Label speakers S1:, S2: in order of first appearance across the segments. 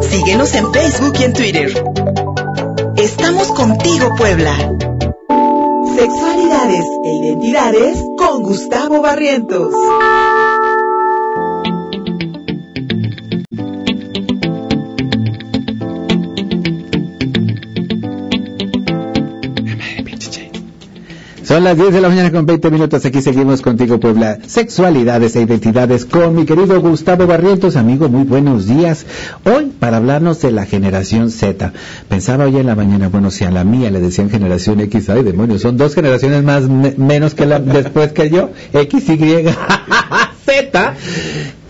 S1: Síguenos en Facebook y en Twitter. Estamos contigo, Puebla. Sexualidades e identidades con Gustavo Barrientos.
S2: Son las 10 de la mañana con 20 minutos. Aquí seguimos contigo, Puebla. Sexualidades e identidades con mi querido Gustavo Barrientos. Amigo, muy buenos días. Hoy para hablarnos de la generación Z. Pensaba hoy en la mañana, bueno, si a la mía le decían generación X, ay demonios, son dos generaciones más me- menos que la después que yo, X, Y, Z.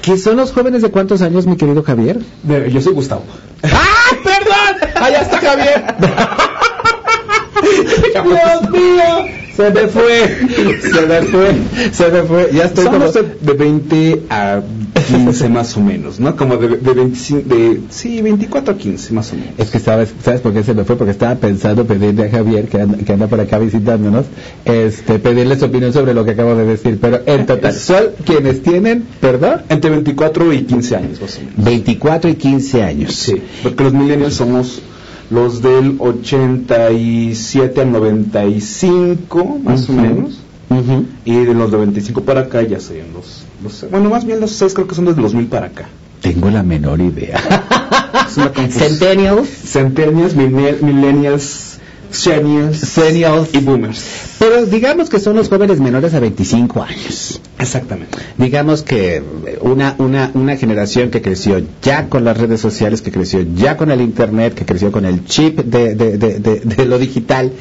S2: ¿Qué son los jóvenes de cuántos años, mi querido Javier?
S3: De- Yo soy Gustavo.
S2: ¡Ah, perdón!
S3: ¡Allá está Javier!
S2: ¡Dios mío! Se me fue, se me fue, se me fue. Ya estoy
S3: Somos
S2: como...
S3: de de 20 a 15 más o menos, ¿no? Como de, de 25, de, sí, 24 a 15 más o menos.
S2: Es que sabes, ¿sabes por qué se me fue? Porque estaba pensando pedirle a Javier, que anda, que anda por acá visitándonos, este, pedirle su opinión sobre lo que acabo de decir. Pero en total, son quienes tienen, perdón,
S3: Entre 24 y 15 años más o menos.
S2: 24 y 15 años.
S3: Sí, porque los millennials somos los del 87 al 95 más
S2: Ujú.
S3: o menos.
S2: Ujú.
S3: Y de los 95 para acá ya serían los, los... Bueno, más bien los 6 creo que son desde los 2000 para acá.
S2: Tengo la menor idea.
S3: Es una confusión.
S2: Centennials.
S3: Centennials, mille- millennials, seniors
S2: Seniors.
S3: y boomers.
S2: Pero digamos que son los jóvenes menores a 25 años.
S3: Exactamente.
S2: digamos que una, una, una generación que creció ya con las redes sociales, que creció ya con el Internet, que creció con el chip de, de, de, de- de lo digital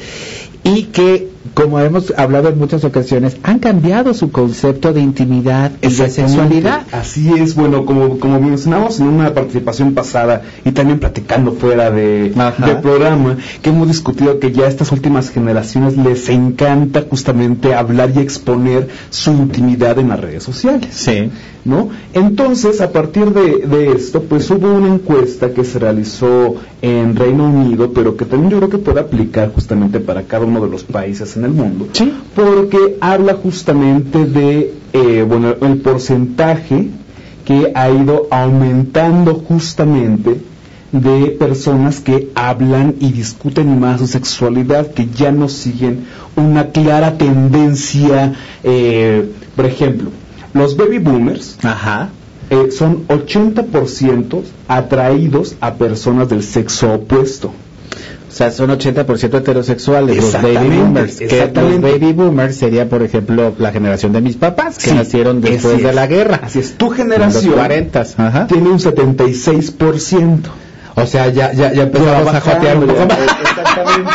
S2: y que, como hemos hablado en muchas ocasiones, han cambiado su concepto de intimidad y de sexualidad.
S3: Así es, bueno, como, como mencionamos en una participación pasada y también platicando fuera de,
S2: Ajá.
S3: de programa, que hemos discutido que ya a estas últimas generaciones les encanta justamente hablar y exponer su intimidad en las redes sociales.
S2: Sí.
S3: ¿no? Entonces, a partir de, de esto, pues hubo una encuesta que se realizó en Reino Unido, pero que también yo creo que puede aplicar justamente para cada uno de los países en el mundo,
S2: Sí.
S3: porque habla justamente de, eh, bueno, el porcentaje que ha ido aumentando justamente de personas que hablan y discuten más su sexualidad, que ya no siguen una clara tendencia, eh, por ejemplo, los baby boomers
S2: Ajá.
S3: eh, son 80% atraídos a personas del sexo opuesto.
S2: O sea, son 80% heterosexuales, los baby
S3: Exactamente,
S2: boomers. Que los
S3: exactamente.
S2: baby boomers sería, por ejemplo, la generación de mis papás, que
S3: Sí,
S2: nacieron después
S3: así
S2: de
S3: es.
S2: la guerra.
S3: Así es, tu
S2: En los
S3: generación
S2: 40s, ajá.
S3: tiene un 76%.
S2: O sea, ya, ya, ya
S3: Pero
S2: empezamos a jotear un poco más.
S3: Exactamente.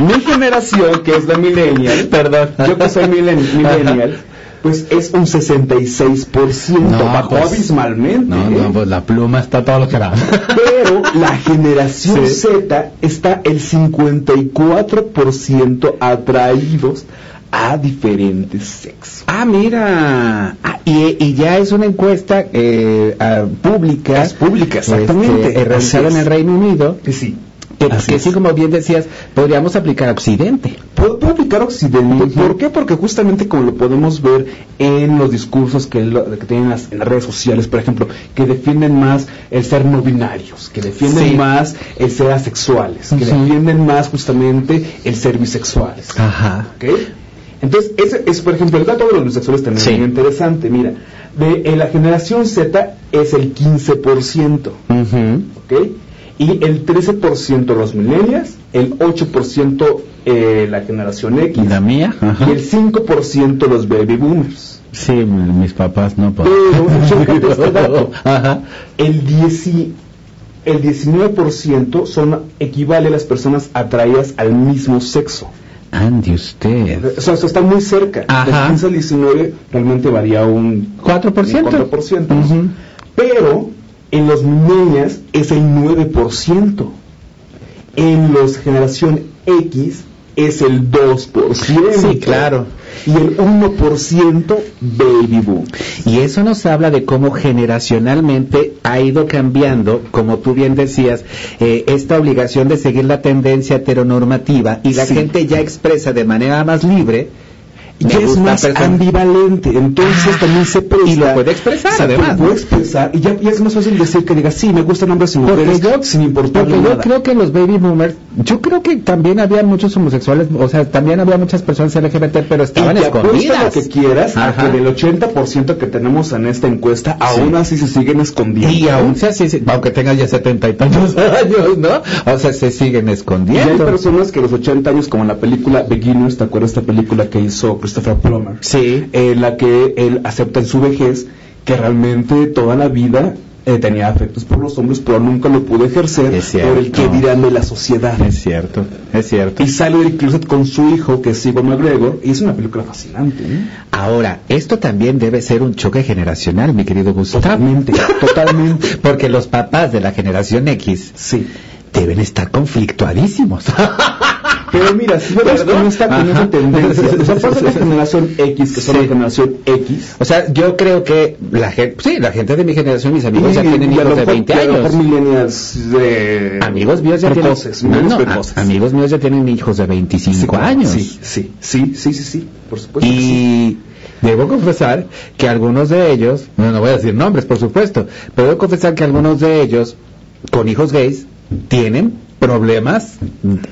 S3: Mi generación, que es la millennial,
S2: Perdón.
S3: yo que soy millen- millennial, pues es un 66%,
S2: No,
S3: bajó
S2: pues,
S3: abismalmente.
S2: No,
S3: ¿eh?
S2: no, pues la pluma está todo lo que da.
S3: Pero la generación
S2: Sí.
S3: Z está el 54% atraídos a diferentes sexos.
S2: Ah, mira. Ah, y, y ya es una encuesta eh, ah, pública.
S3: Es pública, exactamente.
S2: este, eh, realizada
S3: Así
S2: en
S3: es.
S2: el Reino Unido.
S3: Que sí.
S2: Que,
S3: Así
S2: que
S3: es.
S2: sí, como bien decías, podríamos aplicar a Occidente.
S3: Puedo, puedo aplicar Occidente.
S2: Ujú.
S3: ¿Por qué? Porque justamente como lo podemos ver en los discursos que, lo- que tienen las, en las redes sociales, por ejemplo, que defienden más el ser no binarios, que defienden
S2: Sí.
S3: más el ser asexuales, que
S2: Ujú.
S3: defienden más justamente el ser bisexuales.
S2: Ajá.
S3: ¿Ok? Entonces, ese es, por ejemplo, el dato de los bisexuales también
S2: Sí.
S3: es muy interesante. Mira, de, en la generación Z es el 15%, ¿ok? Y el 13% los millennials, el 8% eh, la generación X,
S2: ¿Y la mía?
S3: y el 5% los baby boomers.
S2: Sí, m- mis papás no
S3: Pero, chécate este dato.
S2: Ajá.
S3: El, 10 el 19% son, equivale a las personas atraídas al mismo sexo.
S2: Ande usted.
S3: O sea, eso está muy cerca.
S2: Ajá.
S3: Del 15 al 19 realmente varía un
S2: 4%.
S3: 4%.
S2: Ujú.
S3: Pero en los millennials es el 9%. En los generación X es el 2%.
S2: Sí, claro.
S3: Y el 1% baby boom.
S2: Y eso nos habla de cómo generacionalmente ha ido cambiando, como tú bien decías, eh, esta obligación de seguir la tendencia heteronormativa y la
S3: Sí.
S2: gente ya expresa de manera más libre
S3: y es
S2: gusta
S3: más
S2: persona.
S3: ambivalente. Entonces también se presta.
S2: y lo puede expresar,
S3: Se
S2: además,
S3: puede
S2: ¿no?
S3: expresar. Y, ya, y es más fácil decir que diga, sí, me gustan hombres y
S2: Porque
S3: mujeres,
S2: yo-
S3: sin importar
S2: Porque yo
S3: nada.
S2: creo que los baby boomers, yo creo que también había muchos homosexuales, o sea, también había muchas personas LGBT, pero
S3: Y
S2: estaban
S3: te apuesto lo
S2: escondidas.
S3: que quieras
S2: Ajá.
S3: a que del 80% que tenemos en esta encuesta,
S2: Sí.
S3: aún así se siguen escondiendo.
S2: Y aún sea así, sí, aunque tengas ya setenta y tantos años, ¿no? O sea, se siguen
S3: Y hay
S2: escondiendo.
S3: personas que a los 80 años, como en la película Beginners, ¿te acuerdas de esta película que hizo Christopher Plummer?
S2: Sí.
S3: En la que él acepta en su vejez que realmente toda la vida eh, tenía afectos por los hombres, pero nunca lo pudo ejercer
S2: Es
S3: por el que
S2: cierto.
S3: dirán de la sociedad.
S2: Es cierto, es cierto.
S3: Y sale del closet con su hijo, que es Ivo McGregor, y es una película fascinante. ¿eh?
S2: Ahora, esto también debe ser un choque generacional, mi querido Gustavo.
S3: Totalmente, totalmente.
S2: Porque los papás de la generación X
S3: Sí.
S2: deben estar conflictuadísimos.
S3: Pero mira, si vemos
S2: ¿Perdón?
S3: con esta, con
S2: Ajá.
S3: esta tendencia, los papás de la generación X, que son
S2: Sí.
S3: la generación X,
S2: O sea, yo creo que la gente, sí, la gente de mi generación, mis amigos, ya
S3: y-
S2: tienen
S3: y a lo
S2: hijos de
S3: mejor-
S2: 20
S3: y a lo mejor
S2: años.
S3: millennials de...
S2: Amigos míos ya
S3: precoces,
S2: tienen No,
S3: millennials
S2: no, a-
S3: precoces.
S2: amigos míos ya tienen hijos de 25
S3: Sí, claro,
S2: años.
S3: Sí, sí, sí, sí, sí, sí, por supuesto. que Pues sí.
S2: Y debo confesar que algunos de ellos, no, no voy a decir nombres, por supuesto, pero debo confesar que algunos de ellos, con hijos gays, tienen problemas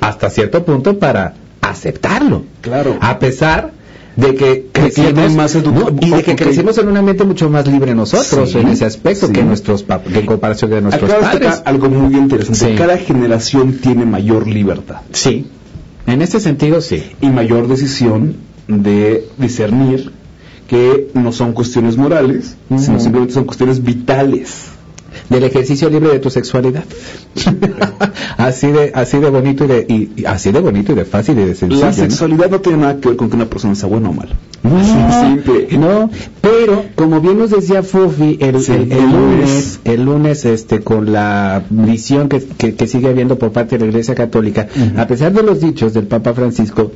S2: hasta cierto punto para aceptarlo.
S3: Claro.
S2: A pesar de que crecimos
S3: tienen más edu-
S2: no, y de que
S3: ok.
S2: crecimos en un ambiente mucho más libre nosotros
S3: Sí,
S2: en ese aspecto
S3: sí.
S2: que nuestros pap- que en comparación de nuestros
S3: Acabas de
S2: padres.
S3: tocar algo muy interesante.
S2: Sí.
S3: Cada generación tiene mayor libertad
S2: Sí. En este sentido sí.
S3: y mayor decisión de discernir que no son cuestiones morales,
S2: Ujú.
S3: sino simplemente son cuestiones vitales.
S2: del ejercicio libre de tu sexualidad. así de así de bonito y, de, y- y así de bonito y de fácil y de sencillo.
S3: La
S2: ¿no?
S3: sexualidad no tiene nada que ver con que una persona sea buena o mala.
S2: No,
S3: Así de simple.
S2: no, pero como bien nos decía Fufi el,
S3: Sí,
S2: el- el
S3: el
S2: lunes,
S3: lunes.
S2: el lunes este con la visión que, que- que sigue habiendo por parte de la Iglesia Católica,
S3: Ujú.
S2: a pesar de los dichos del Papa Francisco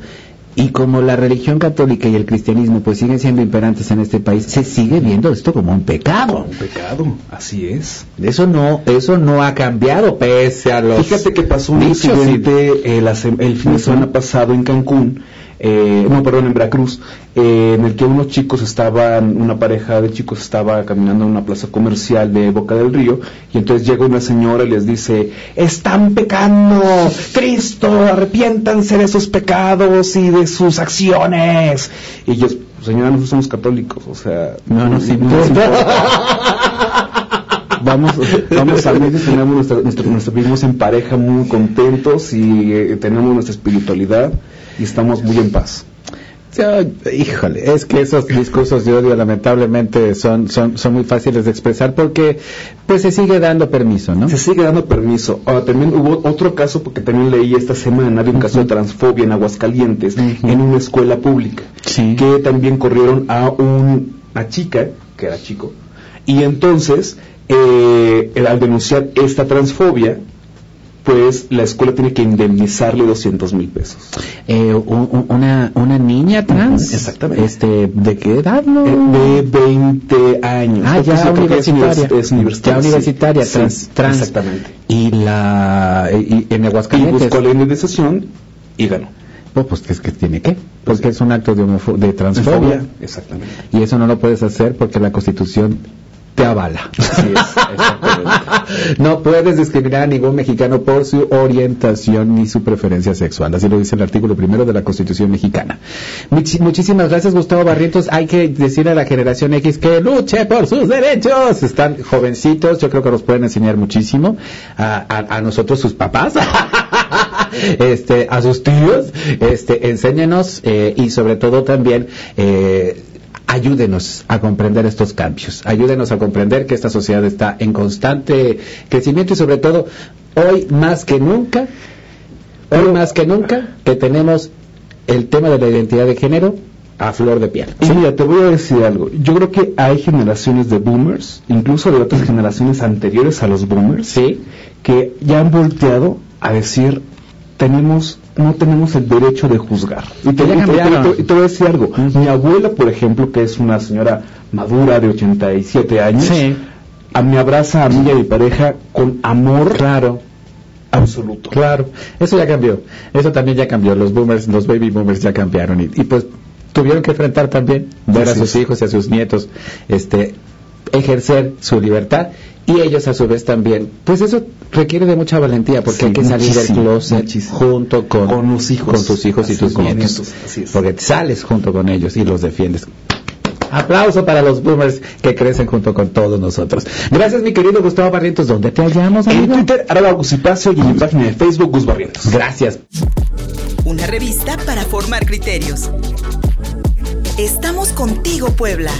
S2: y como la religión católica y el cristianismo pues siguen siendo imperantes en este país, se sigue viendo esto como un pecado.
S3: Un pecado, así es.
S2: Eso no, eso no ha cambiado pese a los
S3: Fíjate que pasó un
S2: dichos y-
S3: incidente eh, la sem- el fin de semana pasado en Cancún, eh, no, perdón, en Veracruz, eh, en el que unos chicos estaban, una pareja de chicos estaba caminando en una plaza comercial de Boca del Río, y entonces llega una señora y les dice, están pecando, Cristo, arrepiéntanse de sus pecados y de sus acciones. Y ellos, señora, nosotros somos católicos, o sea,
S2: No nos
S3: nos
S2: importa.
S3: Vamos, vamos a veces tenemos nuestra- nuestro- nuestro- vivimos en pareja muy contentos y eh, tenemos nuestra espiritualidad y estamos muy en paz.
S2: Yo- híjole, es que esos discursos de odio lamentablemente son, son, son muy fáciles de expresar porque pues se sigue dando permiso, ¿no?
S3: Se sigue dando permiso. Ahora, también hubo otro caso, porque también leí esta semana de un caso de transfobia en Aguascalientes,
S2: Ujú.
S3: en una escuela pública,
S2: Sí.
S3: que también corrieron a un- una chica, que era chico, y entonces, eh, el- al denunciar esta transfobia, pues la escuela tiene que indemnizarle 200 mil pesos.
S2: Eh, u- u- una, una niña trans.
S3: Ujú, exactamente.
S2: Este, ¿De qué edad? No?
S3: Eh, de 20 años.
S2: Ah, ya
S3: Entonces, creo que es
S2: universitaria.
S3: univers- es universitaria.
S2: Ya
S3: sí.
S2: universitaria,
S3: Sí,
S2: trans, trans.
S3: Exactamente.
S2: Y la. eh, Y, y en
S3: Y
S2: Aguascalientes.
S3: buscó la indemnización y ganó.
S2: Oh, pues es que tiene que. Porque es un acto de, homofo- de transfobia.
S3: Fobia. Exactamente.
S2: Y eso no lo puedes hacer porque la Constitución te avala.
S3: Así es, exactamente.
S2: No puedes discriminar a ningún mexicano por su orientación ni su preferencia sexual. Así lo dice el artículo primero de la Constitución mexicana. Muchi- muchísimas gracias, Gustavo Barrientos. Hay que decir a la generación X que luche por sus derechos. Están jovencitos, yo creo que nos pueden enseñar muchísimo. A, a- a nosotros, sus papás. Este, a sus tíos, este, enséñenos eh, y sobre todo también eh, ayúdenos a comprender estos cambios, ayúdenos a comprender que esta sociedad está en constante crecimiento y sobre todo hoy más que nunca, hoy más que nunca que tenemos el tema de la identidad de género a flor de piel.
S3: Y mira, te voy a decir algo. Yo creo que hay generaciones de boomers, incluso de otras generaciones anteriores a los boomers,
S2: Sí,
S3: que ya han volteado a decir tenemos no tenemos el derecho de juzgar y te,
S2: Ya
S3: y te- y te-
S2: cambiaron.
S3: y te voy a decir algo mi abuela por ejemplo que es una señora madura de 87 años
S2: Sí.
S3: a, me abraza a mí y a mi pareja con amor
S2: claro.
S3: absoluto
S2: Claro, eso ya cambió. Eso también ya cambió. Los boomers, los baby boomers ya cambiaron. Y, y pues tuvieron que enfrentar también, ver a
S3: Así
S2: sus
S3: es.
S2: hijos y a sus nietos, este, ejercer su libertad y ellos a su vez también. Pues eso requiere de mucha valentía porque
S3: Sí,
S2: hay que salir del
S3: muchísimo,
S2: closet
S3: muchísimo.
S2: junto con,
S3: Con los hijos.
S2: con tus hijos y
S3: Así
S2: tus
S3: es, con los
S2: nietos.
S3: nietos, así es.
S2: Porque sales junto con ellos y los defiendes. Aplauso para los boomers que crecen junto con todos nosotros. Gracias, mi querido Gustavo Barrientos. ¿Dónde te hallamos,
S3: En
S2: amigo?
S3: Twitter, arroba Gusipacio y en mi página de Facebook, Gus Barrientos.
S2: Gracias.
S1: Una revista para formar criterios. Estamos contigo, Puebla.